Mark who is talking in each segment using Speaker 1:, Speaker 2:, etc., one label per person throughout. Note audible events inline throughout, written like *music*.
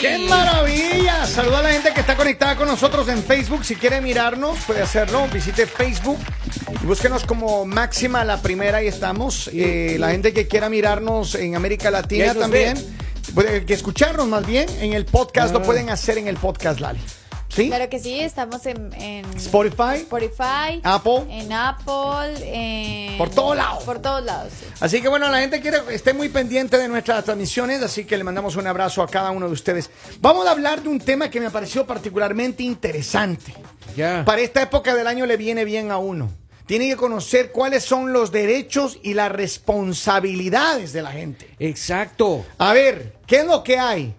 Speaker 1: ¡Qué maravilla! Saluda a la gente que está conectada con nosotros en Facebook. Si quiere mirarnos, puede hacerlo. Visite Facebook y búsquenos como Máxima la Primera. Ahí estamos. Eh, la gente que quiera mirarnos en América Latina
Speaker 2: nos
Speaker 1: también, puede- que escucharnos más bien en el podcast, lo pueden hacer en el podcast, Lali. ¿Sí?
Speaker 3: Claro que sí, estamos en, en
Speaker 1: Spotify.
Speaker 3: Spotify,
Speaker 1: Apple.
Speaker 3: en Apple, en-
Speaker 1: Por todo lado.
Speaker 3: Por todos lados. sí.
Speaker 1: Así que bueno, la gente quiere esté muy pendiente de nuestras transmisiones, así que le mandamos un abrazo a cada uno de ustedes. Vamos a hablar de un tema que me pareció particularmente interesante.
Speaker 2: Ya.
Speaker 1: Para esta época del año le viene bien a uno. Tiene que conocer cuáles son los derechos y las responsabilidades de la gente.
Speaker 2: Exacto.
Speaker 1: A ver, ¿qué es lo que hay?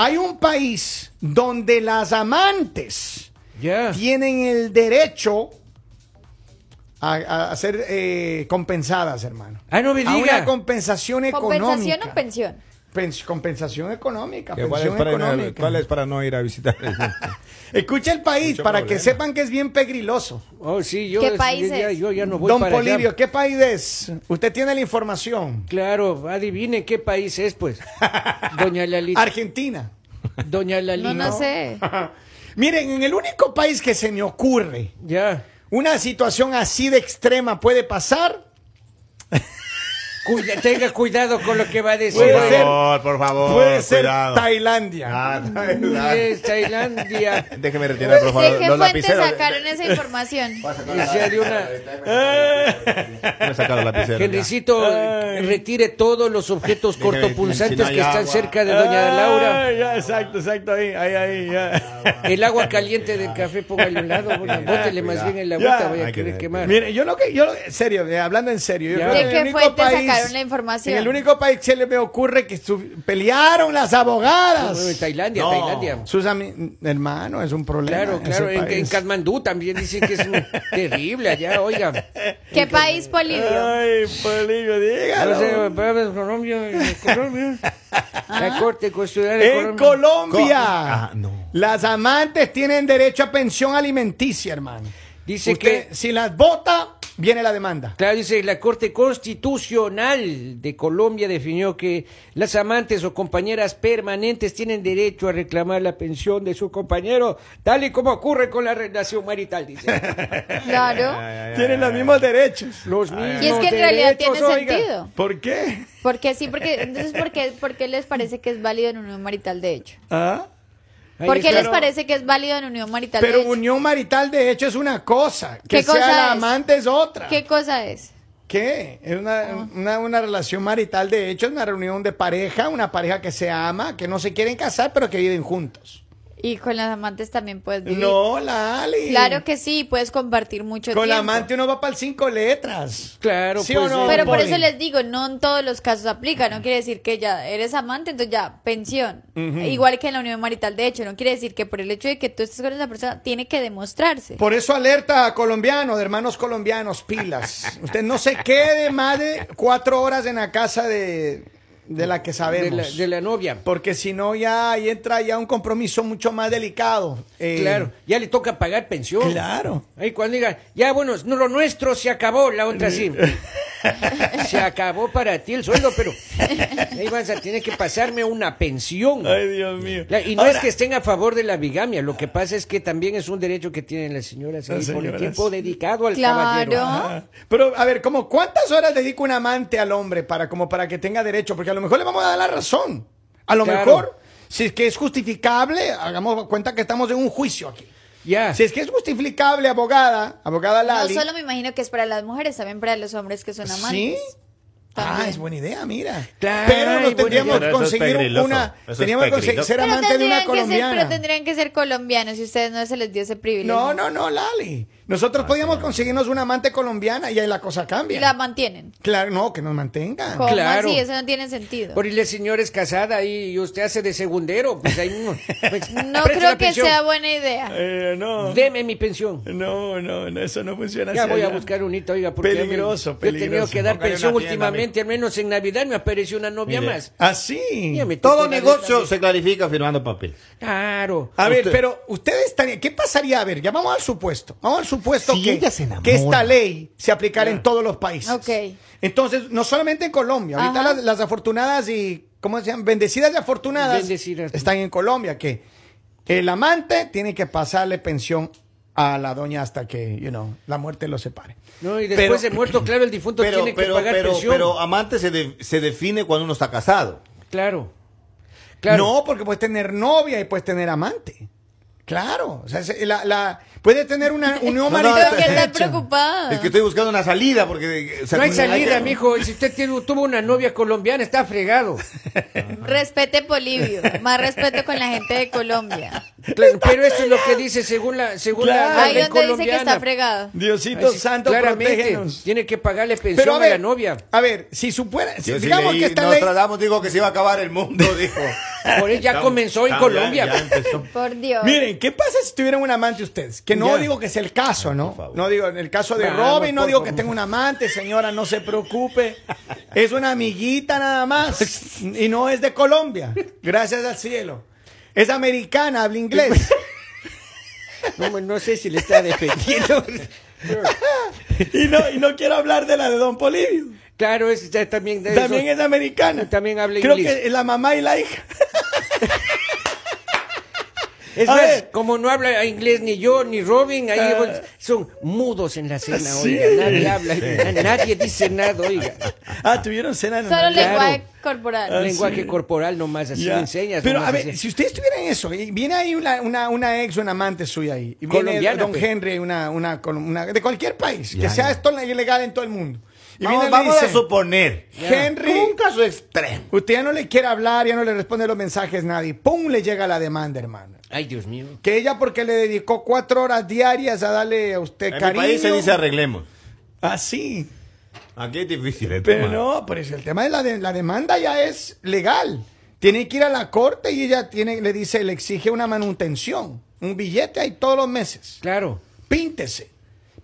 Speaker 1: Hay un país donde las amantes
Speaker 2: Ya.
Speaker 1: tienen el derecho a, a- a ser eh, compensadas, hermano.
Speaker 2: Ah, no me
Speaker 1: A
Speaker 2: diga.
Speaker 1: una compensación económica.
Speaker 3: ¿Compensación o pensión?
Speaker 1: Pens- compensación económica.
Speaker 4: Que ¿Cuál es,
Speaker 1: pensión
Speaker 4: para no,
Speaker 1: económica.
Speaker 4: cuál es para no ir a *laughs* visitar?
Speaker 1: Escucha el país
Speaker 4: Mucho
Speaker 1: para que
Speaker 4: problema.
Speaker 1: sepan que es bien pegriloso.
Speaker 2: Oh, sí, yo,
Speaker 3: ¿Qué
Speaker 2: yo
Speaker 3: país
Speaker 2: ya,
Speaker 3: es?
Speaker 2: yo ya no voy
Speaker 1: Don
Speaker 2: para allá.
Speaker 1: Polivio, ¿qué país es? Usted tiene la información.
Speaker 2: Claro, adivine qué país es,
Speaker 1: *laughs*
Speaker 2: pues. Doña Lalita.
Speaker 1: Argentina.
Speaker 2: Doña Lalita.
Speaker 3: No, no sé.
Speaker 1: Miren, en el único país que se me ocurre
Speaker 2: Ya.
Speaker 1: una situación así de extrema puede pasar,
Speaker 2: Cuida- tenga cuidado con lo que va a decir.
Speaker 1: Puede
Speaker 4: por
Speaker 1: ser-
Speaker 4: favor, por favor.
Speaker 1: puede ser
Speaker 4: Oh, cuidado.
Speaker 1: Tailandia.
Speaker 4: Ah,
Speaker 2: Es
Speaker 4: Tailandia.
Speaker 2: Tailandia.
Speaker 4: Déjeme retirar, por favor.
Speaker 3: Pues, ¿De qué
Speaker 4: los
Speaker 3: fuente
Speaker 4: lapiceros.
Speaker 3: sacaron esa
Speaker 1: *laughs*
Speaker 3: información?
Speaker 2: Y sea de
Speaker 4: Ah.
Speaker 2: una-
Speaker 4: No he sacado lapiceros, ya.
Speaker 2: Genricito, retire todos los objetos
Speaker 4: Déjeme- si
Speaker 2: cortopunzantes
Speaker 4: no hay
Speaker 2: que están
Speaker 4: agua.
Speaker 2: cerca de Doña Laura.
Speaker 1: exacto, exacto, ahí, ahí, ahí.
Speaker 2: El agua caliente del café, póngale a un lado. bueno,
Speaker 4: Sí,
Speaker 2: Bótele más
Speaker 4: cuidado.
Speaker 2: bien en la
Speaker 1: Ya.
Speaker 2: agüita, vaya a
Speaker 4: Hay que
Speaker 2: querer
Speaker 4: ver,
Speaker 2: quemar.
Speaker 1: Mire, yo lo que, yo, lo- en serio, eh, hablando en serio, yo
Speaker 2: Ya.
Speaker 1: creo que
Speaker 3: ¿De
Speaker 1: en
Speaker 3: qué
Speaker 1: el único
Speaker 3: fuente
Speaker 1: país-
Speaker 3: sacaron la información?
Speaker 1: En el único país que se le me ocurre que su- pelearon las abogadas.
Speaker 2: Bueno, en Tailandia,
Speaker 4: No.
Speaker 2: Tailandia.
Speaker 1: Sus ami- hermano, es un problema.
Speaker 2: Claro,
Speaker 1: ese
Speaker 2: claro. En, en
Speaker 1: país.
Speaker 2: Katmandú también dicen que es
Speaker 1: *laughs*
Speaker 2: un- terrible allá, oiga.
Speaker 3: ¿Qué país, Polibio?
Speaker 1: Ay, peligro, dígalo.
Speaker 2: No sé, en Colombia, en
Speaker 1: *laughs*
Speaker 2: Colombia. La Corte Constitucional de
Speaker 1: En Colombia,
Speaker 4: Ah, no.
Speaker 1: las amantes tienen derecho a pensión alimenticia, hermano.
Speaker 2: Dice
Speaker 1: Usted,
Speaker 2: que-
Speaker 1: si las vota, viene la demanda.
Speaker 2: Claro, dice la Corte Constitucional de Colombia definió que las amantes o compañeras permanentes tienen derecho a reclamar la pensión de su compañero, tal y como ocurre con la relación
Speaker 1: *laughs*
Speaker 2: marital, dice.
Speaker 3: Claro.
Speaker 1: Tienen los mismos derechos.
Speaker 2: Los mismos
Speaker 3: Y es que en realidad
Speaker 2: derechos,
Speaker 3: tiene
Speaker 2: oiga.
Speaker 3: sentido.
Speaker 1: ¿Por qué?
Speaker 3: Porque sí, porque entonces ¿por qué, por qué les parece que es válido en unión marital de hecho?
Speaker 1: ¿Ah?
Speaker 2: Ahí
Speaker 3: ¿Por qué
Speaker 2: está.
Speaker 3: les parece que es válido en unión marital
Speaker 1: Pero
Speaker 3: de hecho?
Speaker 1: unión marital de hecho es una cosa. Que
Speaker 3: ¿Qué cosa
Speaker 1: sea la
Speaker 3: es?
Speaker 1: amante es otra.
Speaker 3: ¿Qué Ah. cosa es?
Speaker 1: ¿Qué? Es una, una, una relación marital de hecho, es una reunión de pareja, una pareja que se ama, que no se quieren casar, pero que viven juntos.
Speaker 3: Y con las amantes también puedes vivir.
Speaker 1: No, Lali.
Speaker 3: Claro que sí, puedes compartir mucho
Speaker 1: Con la
Speaker 3: tiempo.
Speaker 1: amante uno va para el cinco letras.
Speaker 2: Claro,
Speaker 1: ¿Sí
Speaker 2: pues,
Speaker 1: o no?
Speaker 2: eh,
Speaker 3: Pero por
Speaker 1: Poli?
Speaker 3: eso les digo, no en todos los casos aplica. No quiere decir que ya eres amante, entonces ya, pensión. E Igual que en la unión marital, de hecho, no quiere decir que por el hecho de que tú estés con esa persona, tiene que demostrarse.
Speaker 1: Por eso alerta a colombianos, de hermanos colombianos, pilas. Usted no se quede más de cuatro horas en la casa de, de la que
Speaker 2: de,
Speaker 1: sabemos.
Speaker 2: la, de la novia.
Speaker 1: Porque si no, ya ahí entra ya un compromiso mucho más delicado. Eh,
Speaker 2: Claro, ya le toca pagar pensión.
Speaker 1: Claro.
Speaker 2: Ahí cuando digan, ya bueno, no, lo nuestro se acabó, la
Speaker 1: *laughs*
Speaker 2: otra sí. se acabó para ti el sueldo, pero ahí vas a tener que pasarme una pensión.
Speaker 1: Dios mío.
Speaker 2: La- y no es que estén a favor de la bigamia, lo que pasa es que también es un derecho que tienen las señoras ahí
Speaker 1: Las
Speaker 2: por el
Speaker 1: señoras.
Speaker 2: tiempo dedicado al caballero.
Speaker 3: Claro.
Speaker 1: Pero, a ver, como ¿cuántas horas dedica un amante al hombre para, como para que tenga derecho? Porque a lo mejor le vamos a dar la razón. A lo
Speaker 2: Claro.
Speaker 1: mejor, si es que es justificable, hagamos cuenta que estamos en un juicio aquí.
Speaker 2: Ya.
Speaker 1: Si es que es justificable, abogada, abogada Lali.
Speaker 3: No solo me imagino que es para las mujeres, también para los hombres que son
Speaker 1: Ah, ¿Sí?
Speaker 3: amantes.
Speaker 1: Ah,
Speaker 3: También.
Speaker 1: es buena idea, mira.
Speaker 2: Claro,
Speaker 1: pero
Speaker 2: ay,
Speaker 1: nos
Speaker 2: buena
Speaker 1: tendríamos
Speaker 2: idea.
Speaker 1: que
Speaker 4: Pero eso es
Speaker 1: conseguir
Speaker 4: pegriloso,
Speaker 1: una.
Speaker 4: eso es
Speaker 1: Teníamos que conseguir
Speaker 4: pegriloso.
Speaker 1: ser
Speaker 3: Pero
Speaker 1: amante de una
Speaker 3: tendrían, que ser,
Speaker 1: colombiana.
Speaker 3: pero tendrían que ser colombianos y ustedes no se les dio ese privilegio.
Speaker 1: No, no, no, Lali. Nosotros
Speaker 4: Ah,
Speaker 1: podíamos conseguirnos una amante colombiana y ahí la cosa
Speaker 3: Y
Speaker 1: cambia.
Speaker 3: la mantienen.
Speaker 1: Claro, no, que nos mantengan.
Speaker 3: ¿Cómo
Speaker 2: Claro.
Speaker 3: así? Eso no tiene sentido.
Speaker 2: Por y la señora es casada y usted hace de segundero, pues ahí mismo. Pues,
Speaker 1: *laughs*
Speaker 3: No
Speaker 2: preste
Speaker 3: creo
Speaker 2: la
Speaker 3: que
Speaker 2: pensión.
Speaker 3: sea buena idea.
Speaker 1: no.
Speaker 2: Deme mi pensión.
Speaker 1: No, no, no, eso no funciona
Speaker 2: Ya
Speaker 1: así
Speaker 2: voy a
Speaker 1: allá.
Speaker 2: buscar un hito, oiga, porque ya me-
Speaker 1: Peligroso,
Speaker 2: yo he tenido
Speaker 1: peligroso.
Speaker 2: que dar
Speaker 4: Póngale
Speaker 2: pensión
Speaker 4: una tienda,
Speaker 2: últimamente, al menos en Navidad me apareció una novia
Speaker 4: Mire.
Speaker 2: más.
Speaker 1: Así.
Speaker 2: Ya me tocó
Speaker 4: Todo
Speaker 2: una vez
Speaker 4: negocio
Speaker 2: también.
Speaker 4: se clarifica firmando papel.
Speaker 2: Claro.
Speaker 1: A ver,
Speaker 4: Usted-
Speaker 1: pero ustedes estarían, ¿qué pasaría? A ver, ya vamos al supuesto. Vamos al supuesto
Speaker 4: Si
Speaker 1: que,
Speaker 4: ella se enamora.
Speaker 1: que esta ley se aplicara en todos los países.
Speaker 3: Ok.
Speaker 1: Entonces, no solamente en Colombia, ahorita
Speaker 3: Ajá.
Speaker 1: las, las afortunadas y ¿cómo se llaman? Bendecidas y afortunadas
Speaker 2: Bendecidas.
Speaker 1: están en Colombia, que el amante tiene que pasarle pensión a la doña hasta que, you know, la muerte los separe.
Speaker 2: No, y después de muerto, claro, el difunto
Speaker 4: Pero,
Speaker 2: tiene
Speaker 4: pero,
Speaker 2: que pagar
Speaker 4: pero,
Speaker 2: pensión.
Speaker 4: pero amante se, de- se define cuando uno está casado.
Speaker 2: claro. Claro.
Speaker 1: No, porque puedes tener novia y puedes tener amante. Claro, o sea, se- la, la- puede tener una unión
Speaker 4: No, no,
Speaker 1: marital.
Speaker 3: Tengo que estar
Speaker 1: hecha.
Speaker 3: preocupada.
Speaker 4: Es que estoy buscando una salida porque... o sea,
Speaker 2: No hay
Speaker 4: que-
Speaker 2: salida,
Speaker 4: que-
Speaker 2: mijo. Si usted tiene- tuvo una novia colombiana, está fregado.
Speaker 3: Respete Polivio, más respeto con la gente de Colombia.
Speaker 2: Claro, Pero eso es lo que dice según la según
Speaker 1: Claro.
Speaker 4: Ah,
Speaker 2: la
Speaker 3: Ahí
Speaker 2: orden
Speaker 3: donde dice que está
Speaker 2: colombiana.
Speaker 3: fregado.
Speaker 1: Diosito
Speaker 2: Así,
Speaker 1: Santo,
Speaker 2: claramente,
Speaker 1: protégenos.
Speaker 2: tiene que pagarle pensión
Speaker 1: Pero a
Speaker 2: a,
Speaker 1: ver,
Speaker 2: la novia.
Speaker 1: a ver, si supuera, si-
Speaker 4: Yo sí
Speaker 1: digamos
Speaker 4: leí,
Speaker 1: que esta ley,
Speaker 4: Nostradamus dijo que se iba a acabar
Speaker 1: *laughs*
Speaker 4: el mundo, dijo.
Speaker 2: Por eso ya
Speaker 4: Estamos-
Speaker 2: comenzó en
Speaker 4: estamos- ya-
Speaker 2: Colombia.
Speaker 4: ya empezó.
Speaker 3: Por Dios.
Speaker 1: Miren, ¿qué pasa si tuvieran un amante ustedes? Que no
Speaker 2: Ya.
Speaker 1: digo que es el caso, ¿no?
Speaker 4: Ah, favor.
Speaker 1: No digo, en el caso de
Speaker 2: Vamos,
Speaker 1: Robin, no
Speaker 2: por
Speaker 1: digo que
Speaker 2: favor.
Speaker 1: tenga un amante, señora, no se preocupe. Es una amiguita nada más. Y no es de Colombia. Gracias al cielo. Es americana, habla
Speaker 2: *laughs*
Speaker 1: inglés.
Speaker 2: No, no sé si le está defendiendo.
Speaker 1: Y no, y no quiero hablar de la de Don Polivio.
Speaker 2: claro, es, ya también, de
Speaker 1: También es
Speaker 2: eso.
Speaker 1: americana.
Speaker 2: También habla
Speaker 1: Creo
Speaker 2: inglés.
Speaker 1: que es la mamá y la hija.
Speaker 2: *laughs* Es
Speaker 1: a
Speaker 2: más,
Speaker 1: ver.
Speaker 2: como no habla inglés ni yo ni Robin, ahí
Speaker 1: Ah.
Speaker 2: pues, son mudos en la cena,
Speaker 1: Sí.
Speaker 2: oiga. Nadie habla, na- nadie dice nada, oiga.
Speaker 1: Ah, tuvieron cena. nomás.
Speaker 3: Solo
Speaker 2: le-
Speaker 3: lenguaje corporal.
Speaker 1: Ah,
Speaker 2: Lenguaje
Speaker 1: sí.
Speaker 2: corporal nomás, así
Speaker 1: Ya.
Speaker 2: le enseñas.
Speaker 1: Pero
Speaker 2: nomás
Speaker 1: a ver,
Speaker 2: así.
Speaker 1: si ustedes tuvieran eso, y viene ahí una, una, una ex, una amante suya ahí, y viene
Speaker 2: Colombiana,
Speaker 1: Don
Speaker 2: pues.
Speaker 1: Henry, una, una, col- una- de cualquier país, que
Speaker 4: Ya,
Speaker 1: sea
Speaker 4: ya.
Speaker 1: esto ilegal en todo el mundo. Y
Speaker 4: vamos
Speaker 1: viene y le
Speaker 4: vamos a
Speaker 1: dice,
Speaker 4: suponer.
Speaker 2: Ya.
Speaker 1: Henry,
Speaker 4: Un caso extremo.
Speaker 1: usted ya no le quiere hablar, ya no le responde los mensajes nadie, ¡pum! le llega la demanda, hermano.
Speaker 2: Ay, Dios mío.
Speaker 1: Que ella porque le dedicó cuatro horas diarias a darle a usted
Speaker 4: En mi
Speaker 1: cariño.
Speaker 4: país se dice arreglemos.
Speaker 1: así.
Speaker 4: Aquí es difícil el
Speaker 1: Ah, Pero
Speaker 4: tema.
Speaker 1: no, pero es el tema de la, de la demanda ya es legal. Tiene que ir a la corte y ella tiene, le dice, le exige una manutención, un billete ahí todos los meses.
Speaker 2: Claro.
Speaker 1: Píntese,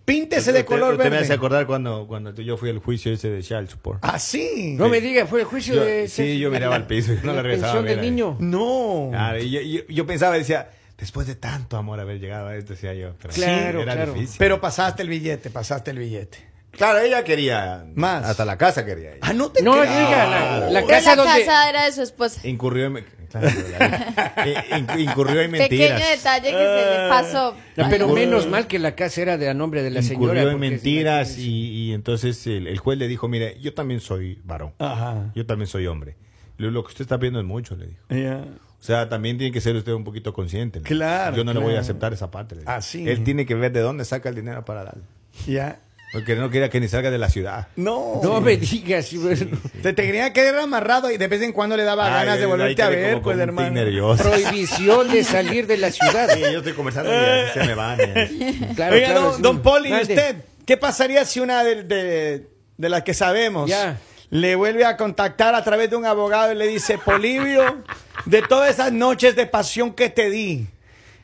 Speaker 1: píntese este de
Speaker 4: Usted-
Speaker 1: color
Speaker 4: usted me hace
Speaker 1: verde. Ah,
Speaker 4: acordar cuando, cuando yo fui al juicio ese de Child Support.
Speaker 1: Así.
Speaker 2: No me diga, fue el juicio
Speaker 4: Yo-
Speaker 2: de.
Speaker 4: sí, yo miraba al piso y no
Speaker 2: la
Speaker 4: le regresaba
Speaker 2: pensión
Speaker 4: a ver
Speaker 2: del
Speaker 4: ahí.
Speaker 2: niño.
Speaker 1: No.
Speaker 4: Claro, y yo, yo- yo pensaba, decía, después de tanto amor haber llegado a esto, decía yo. Pero
Speaker 2: Claro,
Speaker 4: era
Speaker 2: claro.
Speaker 4: difícil.
Speaker 1: Pero pasaste el billete, pasaste el billete.
Speaker 4: claro, ella quería.
Speaker 1: Más.
Speaker 4: Hasta la casa quería ella.
Speaker 1: Ah, no te
Speaker 2: No
Speaker 1: creo.
Speaker 2: diga, la, la
Speaker 3: Pero
Speaker 2: casa
Speaker 3: la
Speaker 2: donde.
Speaker 3: casa era de su esposa.
Speaker 4: Incurrió en. claro,
Speaker 1: *laughs*
Speaker 4: la- eh, inc- incurrió en mentiras.
Speaker 3: Pequeño detalle que se le pasó.
Speaker 2: No, Ah, pero
Speaker 4: Incurrió-
Speaker 2: menos mal que la casa era de a nombre de la señora.
Speaker 4: incurrió en
Speaker 2: porque-
Speaker 4: mentiras y, y entonces el, el juez le dijo, mire, yo también soy varón,
Speaker 1: Ajá.
Speaker 4: yo también soy hombre. Lo, lo que usted está viendo es mucho, le dijo.
Speaker 1: Ya.
Speaker 4: O sea, también tiene que ser usted un poquito consciente. le dijo.
Speaker 1: Claro,
Speaker 4: Yo no le voy
Speaker 1: claro.
Speaker 4: a aceptar esa parte. le dijo.
Speaker 1: Así.
Speaker 4: Él tiene que ver de dónde saca el dinero para darle.
Speaker 1: Ya.
Speaker 4: Porque no quería que ni salga de la ciudad.
Speaker 1: No.
Speaker 2: No me digas. sí, bueno.
Speaker 1: Te, te quería quedar amarrado y de vez en cuando le daba
Speaker 4: Ay,
Speaker 1: ganas de
Speaker 4: ahí
Speaker 1: volverte a
Speaker 4: quedé
Speaker 1: ver,
Speaker 4: como
Speaker 1: pues
Speaker 4: con un tic
Speaker 1: hermano.
Speaker 4: nervioso.
Speaker 2: Prohibición de salir de la ciudad.
Speaker 4: Sí, yo estoy conversando y ya se me
Speaker 1: *laughs*
Speaker 4: van. ya.
Speaker 2: Claro,
Speaker 1: Oiga,
Speaker 2: claro,
Speaker 1: don,
Speaker 2: sí.
Speaker 1: don Poli, ¿y
Speaker 2: Mande.
Speaker 1: usted qué pasaría si una de, de- de las que sabemos
Speaker 2: Ya.
Speaker 1: le vuelve a contactar a través de un abogado y le dice, Polivio, de todas esas noches de pasión que te di,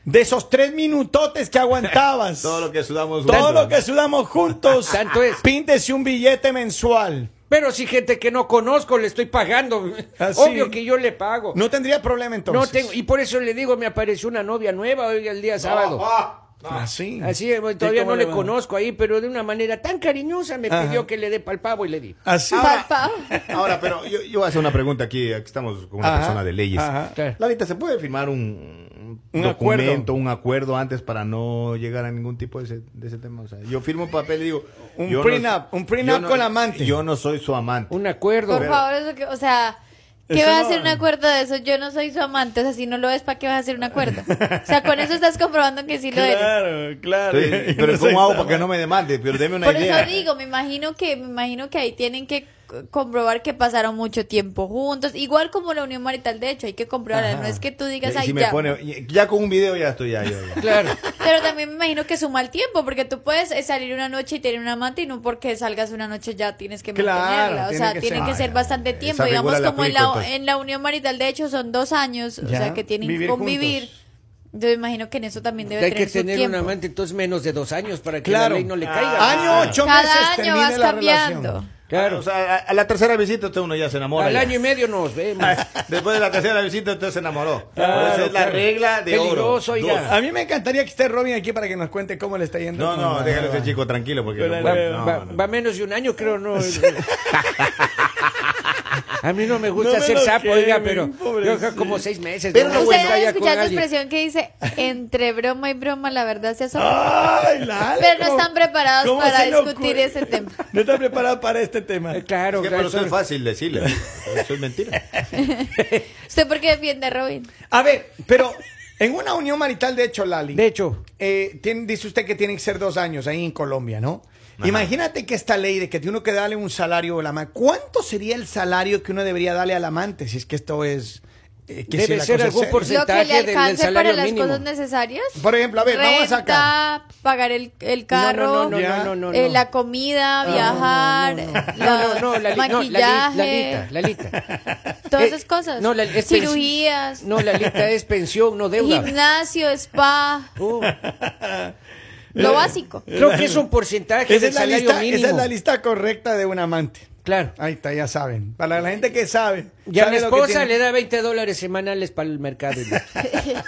Speaker 1: de esos tres minutotes que
Speaker 2: *laughs*
Speaker 1: aguantabas,
Speaker 4: Todo lo que sudamos.
Speaker 1: todo
Speaker 4: juntos.
Speaker 1: lo que sudamos juntos,
Speaker 2: Tanto es.
Speaker 1: píntese un billete mensual.
Speaker 2: Pero si gente que no conozco le estoy pagando.
Speaker 1: Así.
Speaker 2: Obvio que yo le pago.
Speaker 1: Ah, No tendría problema entonces.
Speaker 2: No tengo. Y por eso le digo, me apareció una novia nueva hoy el día sábado.
Speaker 4: Ah,
Speaker 1: Así.
Speaker 2: Así, eh, bueno,
Speaker 1: ¿Y
Speaker 2: todavía
Speaker 1: cómo
Speaker 2: no le
Speaker 1: va?
Speaker 2: conozco ahí, pero de una manera tan cariñosa me
Speaker 1: Ajá.
Speaker 2: pidió que le dé pal pavo y le di.
Speaker 1: Así.
Speaker 3: Papá.
Speaker 4: Ahora, pero yo, yo voy a hacer una pregunta aquí. Aquí estamos con una
Speaker 1: Ajá,
Speaker 4: persona de leyes.
Speaker 1: ajá.
Speaker 2: Claro.
Speaker 4: Lalita, ¿se puede firmar un,
Speaker 1: Un
Speaker 4: documento,
Speaker 1: acuerdo.
Speaker 4: un acuerdo antes para no llegar a ningún tipo de ese, de ese tema? O sea, yo firmo un papel y digo...
Speaker 1: Un
Speaker 4: yo
Speaker 1: prenup, un prenup
Speaker 4: yo
Speaker 1: con la amante.
Speaker 4: Yo no soy su amante.
Speaker 2: Un acuerdo.
Speaker 3: Por favor, eso que, o sea, ¿qué
Speaker 1: Eso
Speaker 3: vas a
Speaker 1: no-
Speaker 3: hacer un acuerdo de eso? Yo no soy su amante, o sea, si no lo ves, ¿para qué vas a hacer un acuerdo? O sea, con eso estás comprobando que sí lo eres.
Speaker 1: Claro, claro. *laughs*
Speaker 4: Entonces,
Speaker 1: No
Speaker 4: pero
Speaker 1: soy
Speaker 4: ¿cómo hago
Speaker 1: nada
Speaker 4: para que
Speaker 1: más.
Speaker 4: no me demande? Pero deme una
Speaker 3: Por
Speaker 4: idea.
Speaker 3: eso digo, me imagino que me imagino que ahí tienen que c- comprobar que pasaron mucho tiempo juntos, igual como la unión marital, de hecho, hay que comprobarla, no es que tú digas
Speaker 4: Y
Speaker 3: ahí
Speaker 4: si me
Speaker 3: ya.
Speaker 4: pone- y- ya con un video ya estoy ahí.
Speaker 3: *laughs*
Speaker 4: oiga.
Speaker 2: Claro.
Speaker 3: Pero también me imagino que suma el tiempo, porque tú puedes eh, salir una noche y tener un amante y no porque salgas una noche ya tienes que
Speaker 1: Claro,
Speaker 3: mantenerla. O
Speaker 1: tiene
Speaker 3: sea,
Speaker 1: que
Speaker 3: tiene
Speaker 1: ser-
Speaker 3: que
Speaker 4: Ay,
Speaker 3: ser
Speaker 4: ay,
Speaker 3: bastante
Speaker 4: ay,
Speaker 3: tiempo.
Speaker 4: esa
Speaker 3: Digamos,
Speaker 4: figura la
Speaker 3: como en
Speaker 4: aplico, pues.
Speaker 3: la,
Speaker 4: entonces.
Speaker 3: en la unión marital, de hecho, son dos años, o
Speaker 1: Ya,
Speaker 3: sea, que tienen
Speaker 1: vivir
Speaker 3: que convivir.
Speaker 1: juntos.
Speaker 3: Yo imagino que en eso también debe
Speaker 2: Hay que
Speaker 3: tener su
Speaker 2: tener un
Speaker 3: tiempo.
Speaker 2: amante entonces menos de dos años para que
Speaker 1: Claro.
Speaker 2: la ley no le
Speaker 1: Ah.
Speaker 2: caiga.
Speaker 1: Año ocho meses
Speaker 3: Cada año
Speaker 1: termina
Speaker 3: vas
Speaker 1: la
Speaker 3: cambiando.
Speaker 1: relación.
Speaker 2: Claro.
Speaker 4: O sea, a, a la tercera visita usted uno ya se enamora.
Speaker 2: Al
Speaker 4: ya.
Speaker 2: año y medio nos vemos.
Speaker 4: Después de la tercera visita usted se enamoró.
Speaker 2: Claro,
Speaker 4: Esa es la
Speaker 2: claro.
Speaker 4: regla de
Speaker 2: Peligroso,
Speaker 4: oro.
Speaker 2: oiga.
Speaker 1: A mí me encantaría que esté Robin aquí para que nos cuente cómo le está yendo.
Speaker 4: No,
Speaker 1: con
Speaker 4: no,
Speaker 1: la
Speaker 4: déjale a
Speaker 1: nueva.
Speaker 4: ese chico tranquilo porque...
Speaker 1: Pero
Speaker 4: no
Speaker 1: la-
Speaker 2: Va, *laughs*
Speaker 4: puede- no,
Speaker 2: va-
Speaker 4: no.
Speaker 2: va menos de un año, creo, no. A mí no me gusta
Speaker 4: No me
Speaker 2: ser
Speaker 4: lo
Speaker 2: sapo,
Speaker 4: quemen,
Speaker 2: oiga, pero yo
Speaker 4: pobrecito.
Speaker 2: creo como seis meses.
Speaker 4: Pero
Speaker 2: no
Speaker 4: lo
Speaker 2: me
Speaker 3: Ustedes
Speaker 4: bueno-
Speaker 3: no
Speaker 2: gustaría
Speaker 3: han
Speaker 2: con
Speaker 3: escuchado la
Speaker 2: alguien.
Speaker 3: expresión que dice entre broma y broma la verdad se
Speaker 2: Ah.
Speaker 3: asoma.
Speaker 4: Ay, Lali,
Speaker 3: Pero no
Speaker 4: ¿cómo-
Speaker 3: están preparados
Speaker 4: cómo
Speaker 3: para
Speaker 4: se le ocurre?
Speaker 3: discutir ese tema.
Speaker 4: No están preparados para este tema.
Speaker 2: Eh, Claro,
Speaker 5: Es que
Speaker 2: claro,
Speaker 5: por eso es
Speaker 2: son-
Speaker 5: fácil decirle. Eso es *laughs* mentira.
Speaker 3: ¿Usted por qué defiende a Robin?
Speaker 1: A ver, pero en una unión marital, de hecho, Lali.
Speaker 2: De hecho,
Speaker 1: eh, tiene- dice usted que tienen que ser dos años ahí en Colombia, ¿no? Imagínate que esta ley de que tiene uno que darle un salario al amante. ¿Cuánto sería el salario que uno debería darle al amante si es que esto es... eh, que
Speaker 2: Debe
Speaker 1: si la cosa
Speaker 2: ser
Speaker 1: es
Speaker 2: algún
Speaker 1: seria?
Speaker 2: porcentaje.
Speaker 3: Lo que le
Speaker 2: del- del
Speaker 3: alcance para
Speaker 2: salario
Speaker 3: las
Speaker 2: mínimo.
Speaker 3: cosas necesarias.
Speaker 1: Por ejemplo, a ver, vamos a
Speaker 3: Renta,
Speaker 1: sacar.
Speaker 3: pagar el, el carro,
Speaker 2: no, no, no,
Speaker 1: ya.
Speaker 2: no, no, no,
Speaker 3: eh,
Speaker 2: no.
Speaker 3: la comida, viajar,
Speaker 2: No, no,
Speaker 3: la-
Speaker 2: no, la, li- no, la, li-
Speaker 3: maquillaje,
Speaker 2: la lita, la lita.
Speaker 3: todas
Speaker 2: Eh,
Speaker 3: esas cosas.
Speaker 2: no, la- es pens-
Speaker 3: Cirugías,
Speaker 2: No, la lita es pensión, no deuda. *laughs*
Speaker 3: gimnasio, spa,
Speaker 2: Oh,
Speaker 3: lo básico. *laughs*
Speaker 2: creo que es un porcentaje
Speaker 1: Esa
Speaker 2: del
Speaker 1: es, la
Speaker 2: salario
Speaker 1: lista,
Speaker 2: mínimo.
Speaker 1: esa es la lista correcta de un amante.
Speaker 2: Claro.
Speaker 1: Ahí está, ya saben. Para la gente que sabe.
Speaker 2: Y a
Speaker 1: sabe
Speaker 2: la
Speaker 1: lo que
Speaker 2: esposa
Speaker 1: tiene.
Speaker 2: le da 20 dólares semanales para el mercado.
Speaker 1: *laughs*
Speaker 2: ¿no?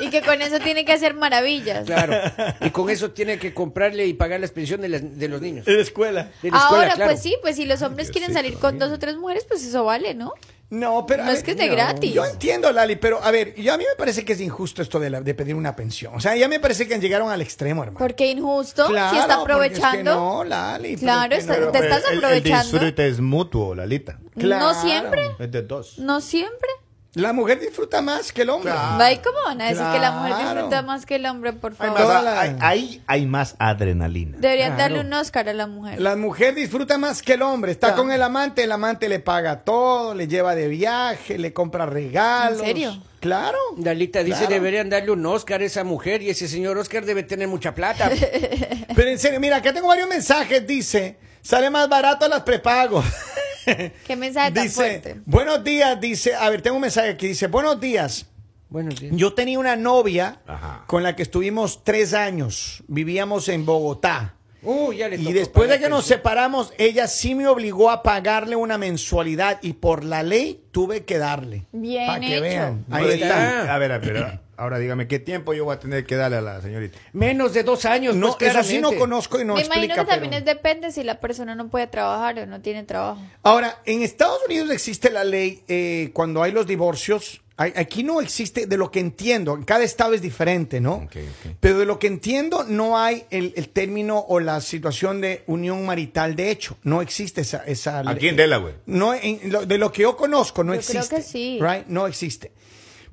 Speaker 3: y que con eso tiene que hacer maravillas.
Speaker 2: Claro. Y con eso tiene que comprarle y pagar las pensiones de, las- de los niños.
Speaker 4: En la escuela.
Speaker 2: De la escuela,
Speaker 3: Ahora,
Speaker 2: claro.
Speaker 3: pues sí, pues si los hombres quieren salir con dos o tres mujeres, pues eso vale, ¿no?
Speaker 1: No, pero. a
Speaker 3: No es que esté gratis.
Speaker 1: Yo entiendo, Lali, pero a ver, yo, a mí me parece que es injusto esto de, la- de pedir una pensión. O sea, ya me parece que llegaron al extremo, hermano.
Speaker 3: Porque injusto, si
Speaker 1: Claro,
Speaker 3: está
Speaker 1: porque es que
Speaker 3: aprovechando.
Speaker 1: no, Lali. pero
Speaker 3: Claro,
Speaker 1: es que
Speaker 3: está-
Speaker 1: no.
Speaker 3: te estás
Speaker 5: eh, el-
Speaker 3: aprovechando.
Speaker 5: El disfrute es mutuo, Lalita.
Speaker 1: Claro.
Speaker 3: No siempre,
Speaker 5: Es de dos.
Speaker 3: no siempre.
Speaker 1: La mujer disfruta más que el hombre.
Speaker 3: Ay, ¿Cómo van a decir que la mujer
Speaker 1: Claro.
Speaker 3: disfruta más que el hombre, por
Speaker 1: Ay,
Speaker 3: favor?
Speaker 1: Toda
Speaker 5: Ahora,
Speaker 1: la-
Speaker 5: hay- Ahí hay más adrenalina.
Speaker 3: Deberían
Speaker 2: Claro.
Speaker 3: darle un Oscar a la mujer.
Speaker 1: La mujer disfruta más que el hombre. Está
Speaker 2: Claro.
Speaker 1: con el amante, el amante le paga todo, le lleva de viaje, le compra regalos.
Speaker 3: ¿En serio?
Speaker 1: Claro.
Speaker 2: Dalita dice,
Speaker 1: Claro.
Speaker 2: deberían darle un Oscar a esa mujer y ese señor Oscar debe tener mucha
Speaker 3: *laughs*
Speaker 2: plata.
Speaker 1: Pero en serio, mira, acá tengo varios mensajes. Dice, sale más barato las prepagos.
Speaker 3: Qué mensaje
Speaker 1: *laughs*
Speaker 3: tan
Speaker 1: dice,
Speaker 3: fuerte.
Speaker 1: buenos días, dice, a ver, tengo un mensaje que dice, buenos días.
Speaker 2: bueno, sí.
Speaker 1: Yo tenía una novia
Speaker 5: Ajá.
Speaker 1: con la que estuvimos tres años. Vivíamos en Bogotá.
Speaker 2: Uh, ya le
Speaker 1: Y
Speaker 2: tocó
Speaker 1: después de
Speaker 2: pagar
Speaker 1: que nos
Speaker 2: pensión.
Speaker 1: separamos, ella sí me obligó a pagarle una mensualidad y por la ley tuve que darle.
Speaker 3: Bien
Speaker 1: Para que
Speaker 3: hecho.
Speaker 1: vean.
Speaker 5: Ahí
Speaker 1: Ahí
Speaker 2: Pues
Speaker 1: está.
Speaker 5: está. A ver, a ver, ahora dígame, ¿qué tiempo yo voy a tener que darle a la señorita?
Speaker 2: Menos de dos años.
Speaker 1: No,
Speaker 2: pues,
Speaker 1: eso sí no
Speaker 2: claramente.
Speaker 1: conozco y no
Speaker 3: Me imagino
Speaker 1: explica.
Speaker 3: que también
Speaker 1: pero-
Speaker 3: es depende si la persona no puede trabajar o no tiene trabajo.
Speaker 1: Ahora, en Estados Unidos existe la ley eh, cuando hay los divorcios. Ay- Aquí no existe, de lo que entiendo, en cada estado es diferente, ¿no?
Speaker 5: Ok, ok.
Speaker 1: Pero de lo que entiendo, no hay el, el término o la situación de unión marital de hecho. No existe esa, esa ley.
Speaker 5: Aquí en Delaware.
Speaker 1: No, en- lo- de lo que yo conozco, no
Speaker 3: Yo creo
Speaker 1: existe.
Speaker 3: que sí.
Speaker 1: right? No existe.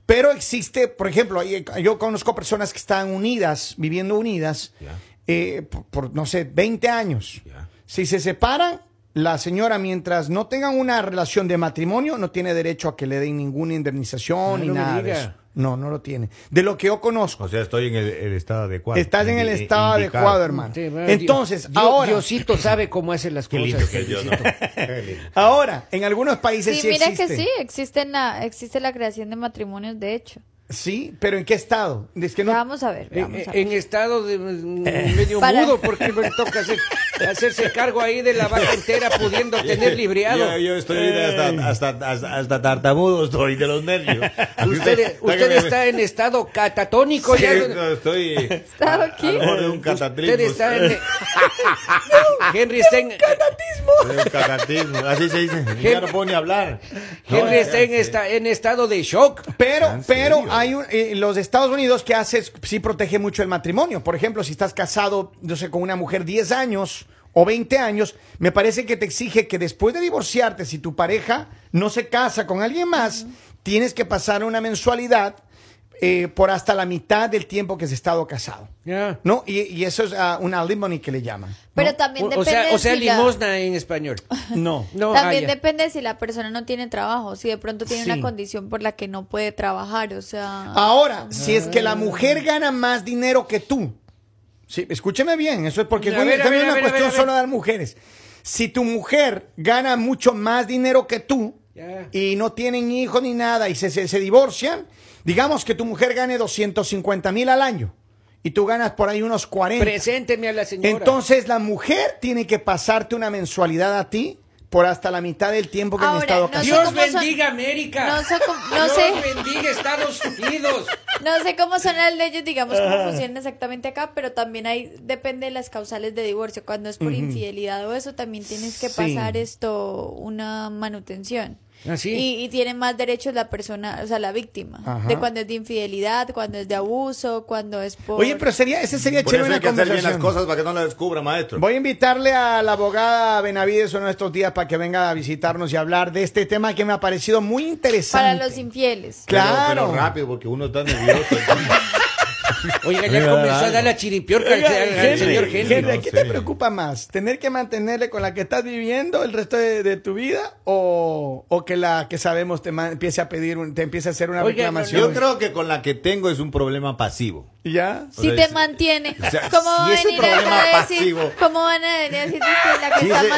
Speaker 1: Pero existe, por ejemplo, ahí- yo conozco personas que están unidas, viviendo unidas,
Speaker 5: Ya.
Speaker 1: eh, por, por, no sé, 20 años.
Speaker 5: Ya.
Speaker 1: Si se separan, la señora, mientras no tengan una relación de matrimonio, no tiene derecho a que le den ninguna indemnización
Speaker 2: Ah,
Speaker 1: ni
Speaker 2: no me
Speaker 1: nada de
Speaker 2: diga.
Speaker 1: eso. No, no lo tiene. De lo que yo conozco.
Speaker 5: O sea, estoy en el, el estado adecuado.
Speaker 1: Estás en el
Speaker 5: Indi-
Speaker 1: estado
Speaker 5: indicado.
Speaker 1: adecuado, hermano.
Speaker 2: Sí, bueno,
Speaker 1: Entonces,
Speaker 2: Dios- Dios-
Speaker 1: ahora,
Speaker 2: Diosito sabe cómo hace las
Speaker 5: Qué
Speaker 2: cosas.
Speaker 5: lindo que es Dios, ¿no?
Speaker 2: Diosito.
Speaker 5: *laughs* Qué lindo.
Speaker 1: ahora, en algunos países
Speaker 3: Sí,
Speaker 1: sí,
Speaker 3: mira
Speaker 1: existe.
Speaker 3: que sí, existe la, existe la creación de matrimonios, de hecho.
Speaker 1: Sí, pero ¿en qué estado? Es que no-
Speaker 3: Vamos a ver,
Speaker 1: eh,
Speaker 3: vamos a
Speaker 2: Eh, En,
Speaker 3: ver. *laughs*
Speaker 2: en estado de mm, medio
Speaker 3: Para-
Speaker 2: mudo, porque le toca hacer- hacerse cargo ahí de la vaca entera
Speaker 5: *laughs*
Speaker 2: pudiendo tener libreado.
Speaker 5: Yo, yo estoy hasta, hasta, hasta, hasta tartamudo, estoy de los nervios.
Speaker 2: Usted, usted está en estado catatónico.
Speaker 5: Sí,
Speaker 2: ya.
Speaker 5: no, estoy
Speaker 3: ¿Está
Speaker 5: a-
Speaker 3: aquí?
Speaker 5: al borde de un cataclismo.
Speaker 2: Usted
Speaker 5: *laughs*
Speaker 2: está en. Henry está en,
Speaker 5: De un cataclismo, así se dice. Ya no puedo ni hablar.
Speaker 2: Henry
Speaker 4: eh,
Speaker 2: está en, esta- en estado de shock.
Speaker 1: Pero,
Speaker 5: ¿En
Speaker 1: pero
Speaker 5: serio?
Speaker 1: hay un- eh, los de Estados Unidos que haces sí protege mucho el matrimonio. Por ejemplo, si estás casado, no sé, con una mujer 10 años o 20 años, me parece que te exige que después de divorciarte, si tu pareja no se casa con alguien más, tienes que pasar una mensualidad eh, por hasta la mitad del tiempo que has estado casado.
Speaker 2: Ya.
Speaker 1: ¿No? Y, y eso es ah, una limony que le llaman.
Speaker 3: Pero también
Speaker 2: O,
Speaker 3: depende
Speaker 2: o sea, o
Speaker 3: de
Speaker 2: sea,
Speaker 3: si la-
Speaker 2: limosna en
Speaker 5: *laughs*
Speaker 2: español.
Speaker 1: No.
Speaker 2: No,
Speaker 3: También
Speaker 2: ah, ya.
Speaker 3: depende de si la persona no tiene trabajo, si de pronto tiene
Speaker 1: Sí.
Speaker 3: una condición por la que no puede trabajar, o sea...
Speaker 2: Ah.
Speaker 1: Ahora, si es que la mujer gana más dinero que tú, sí, escúcheme bien, eso es porque
Speaker 2: A
Speaker 1: güey,
Speaker 2: ver, a
Speaker 1: esta no
Speaker 2: ver,
Speaker 1: es
Speaker 2: a
Speaker 1: una
Speaker 2: ver, a ver,
Speaker 1: cuestión
Speaker 2: a ver.
Speaker 1: solo de las mujeres. Si tu mujer gana mucho más dinero que tú
Speaker 2: Ya.
Speaker 1: y no tienen hijos ni nada y se, se- se divorcian, digamos que tu mujer gane 250 mil al año y tú ganas por ahí unos 40.
Speaker 2: Presénteme a la señora.
Speaker 1: Entonces la mujer tiene que pasarte una mensualidad a ti por hasta la mitad del tiempo que han
Speaker 3: Ahora,
Speaker 1: estado
Speaker 3: no sé
Speaker 1: casados.
Speaker 2: Dios
Speaker 3: cómo son-
Speaker 2: bendiga América.
Speaker 3: No sé cómo- no
Speaker 2: Dios
Speaker 3: sé.
Speaker 2: bendiga Estados Unidos.
Speaker 3: No sé cómo son las leyes, digamos, cómo funcionan exactamente acá, pero también hay, depende de las causales de divorcio. Cuando es por infidelidad o eso, también tienes que
Speaker 1: Sí.
Speaker 3: pasar esto, una manutención.
Speaker 2: Ah, sí.
Speaker 3: y, y tiene más derechos la persona, o sea, la víctima,
Speaker 1: Ajá.
Speaker 3: de cuando es de infidelidad, cuando es de abuso, cuando es por...
Speaker 1: Oye, pero sería, ese sería
Speaker 4: Por
Speaker 1: chévere
Speaker 4: eso
Speaker 1: una
Speaker 4: hay que hacer bien
Speaker 1: conversación.
Speaker 4: las cosas para que no la descubra, maestro.
Speaker 1: Voy a invitarle a la abogada Benavides uno de estos días para que venga a visitarnos y hablar de este tema que me ha parecido muy
Speaker 3: para
Speaker 1: interesante.
Speaker 3: los infieles.
Speaker 4: Pero-
Speaker 1: claro.
Speaker 4: Pero rápido, porque uno está nervioso.
Speaker 2: Oiga,
Speaker 4: Oiga,
Speaker 2: ya comenzó a
Speaker 4: algo.
Speaker 2: dar la chiripiorca al, al- al
Speaker 1: Henry,
Speaker 2: señor Henry.
Speaker 1: Henry,
Speaker 4: No,
Speaker 1: ¿qué te
Speaker 4: sí.
Speaker 1: preocupa más? ¿Tener que mantenerle con la que estás viviendo el resto de, de tu vida o, o que la que sabemos te ma- empiece a pedir, un- te empiece a hacer una
Speaker 2: Oiga,
Speaker 1: reclamación?
Speaker 4: Yo creo que con la que tengo es un problema pasivo.
Speaker 1: ¿Ya?
Speaker 4: O
Speaker 3: Si
Speaker 4: sea,
Speaker 3: te
Speaker 4: es-
Speaker 3: mantiene,
Speaker 4: o sea,
Speaker 3: ¿cómo
Speaker 4: si
Speaker 3: van a
Speaker 4: ese
Speaker 3: venir acá
Speaker 4: problema
Speaker 3: a decir?
Speaker 4: pasivo-
Speaker 3: ¿Cómo van a venir a decir que la que está
Speaker 4: Si ese, si ese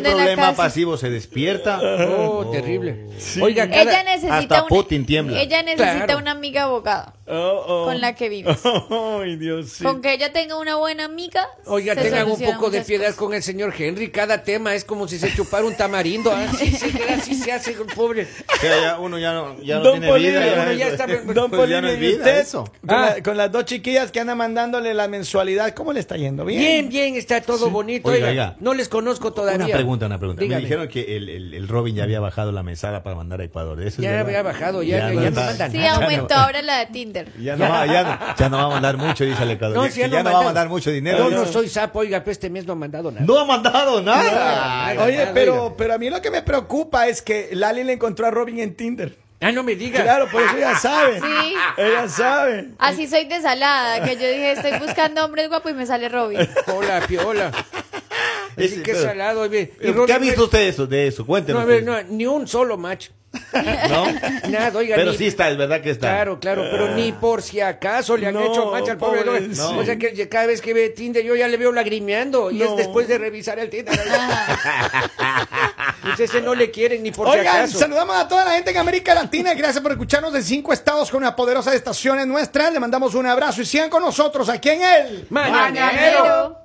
Speaker 3: manteniendo en la
Speaker 4: problema
Speaker 3: casa?
Speaker 4: pasivo se despierta,
Speaker 2: Oh, terrible. Oiga, cada-
Speaker 3: Ella necesita
Speaker 4: Hasta
Speaker 3: una,
Speaker 4: Putin tiembla. Oh,
Speaker 3: Ella necesita
Speaker 2: Claro.
Speaker 3: una amiga abogada con la que
Speaker 4: *laughs*
Speaker 3: vives.
Speaker 1: Ay, Dios sí.
Speaker 3: Con que ella tenga una buena amiga.
Speaker 2: Oiga,
Speaker 3: se
Speaker 2: tengan un
Speaker 3: solucionan
Speaker 2: poco de
Speaker 3: muchas
Speaker 2: piedad
Speaker 3: cosas.
Speaker 2: con el señor Henry. Cada tema es como si se chupara un
Speaker 3: *laughs*
Speaker 2: tamarindo. Así se, queda, así se hace el pobre.
Speaker 4: que ya uno ya no, ya no
Speaker 1: Don
Speaker 4: tiene
Speaker 1: Polibio,
Speaker 4: vida.
Speaker 2: uno
Speaker 4: es-
Speaker 2: ya está-
Speaker 1: Don
Speaker 4: *laughs* pues ya
Speaker 1: Polibio,
Speaker 4: no es
Speaker 1: ¿y
Speaker 4: vida
Speaker 1: usted?
Speaker 4: eso.
Speaker 1: Con,
Speaker 2: Ah.
Speaker 1: la- con las dos chiquillas que andan mandándole la mensualidad, ¿cómo le está yendo? Bien.
Speaker 2: Bien, bien, está todo bonito.
Speaker 4: Oiga,
Speaker 2: Oiga,
Speaker 4: oiga.
Speaker 2: no les conozco todavía.
Speaker 4: Una pregunta, una pregunta.
Speaker 2: Dígame.
Speaker 4: Me dijeron que el, el- el Robin ya había bajado la mesada para mandar a Ecuador. ¿Eso es
Speaker 2: Ya
Speaker 4: verdad?
Speaker 2: había bajado, ya- ya no
Speaker 4: está-
Speaker 2: mandan.
Speaker 3: Sí,
Speaker 2: Ya no-
Speaker 3: aumentó ahora la de Tinder.
Speaker 4: Ya no, va, ya, no- ya no va a mandar mucho, dice el Ecuador.
Speaker 2: No,
Speaker 4: ya
Speaker 2: si ya no
Speaker 4: ya no va a
Speaker 2: mandaron.
Speaker 4: mandar mucho dinero.
Speaker 2: Yo no soy sapo, oiga, pues este mes no ha mandado nada.
Speaker 4: No ha mandado
Speaker 2: Nada.
Speaker 4: nada.
Speaker 2: Ay,
Speaker 1: Oye,
Speaker 2: ay,
Speaker 1: pero,
Speaker 2: dígame.
Speaker 1: pero a mí lo que me preocupa es que Lali le encontró a Robin en Tinder.
Speaker 2: Ah, no me diga.
Speaker 1: Claro, por eso ella sabe.
Speaker 3: Sí.
Speaker 1: Ella sabe.
Speaker 3: Así soy desalada, que yo dije, estoy buscando hombres guapos y me sale Robin.
Speaker 2: Hola, piola.
Speaker 4: *laughs* Ese-
Speaker 2: Así que
Speaker 4: pero-
Speaker 2: salado. oye. Y
Speaker 4: ¿Qué
Speaker 2: Rodri-
Speaker 4: ha visto usted de eso? De eso,
Speaker 2: No,
Speaker 4: cuéntenos.
Speaker 2: a ver,
Speaker 4: usted.
Speaker 2: no, ni un solo macho.
Speaker 4: ¿No?
Speaker 2: *laughs* Nada, oiga.
Speaker 4: Pero
Speaker 2: ni-
Speaker 4: sí está, es verdad que está.
Speaker 2: Claro, claro, pero ni por si acaso le han
Speaker 1: Ah. No,
Speaker 2: hecho mancha al pobre Loe.
Speaker 1: pobrecito.
Speaker 2: O sea que ya cada vez que ve Tinder yo ya le veo lagrimeando y
Speaker 1: No.
Speaker 2: es después de revisar el Tinder. Pues ese no le quieren ni por si
Speaker 1: Oigan,
Speaker 2: acaso.
Speaker 1: saludamos a toda la gente en América Latina. Gracias por escucharnos de cinco estados con una poderosa estación en nuestra. Le mandamos un abrazo y sigan con nosotros aquí en el
Speaker 2: *laughs* Mañanero.
Speaker 3: Mañanero.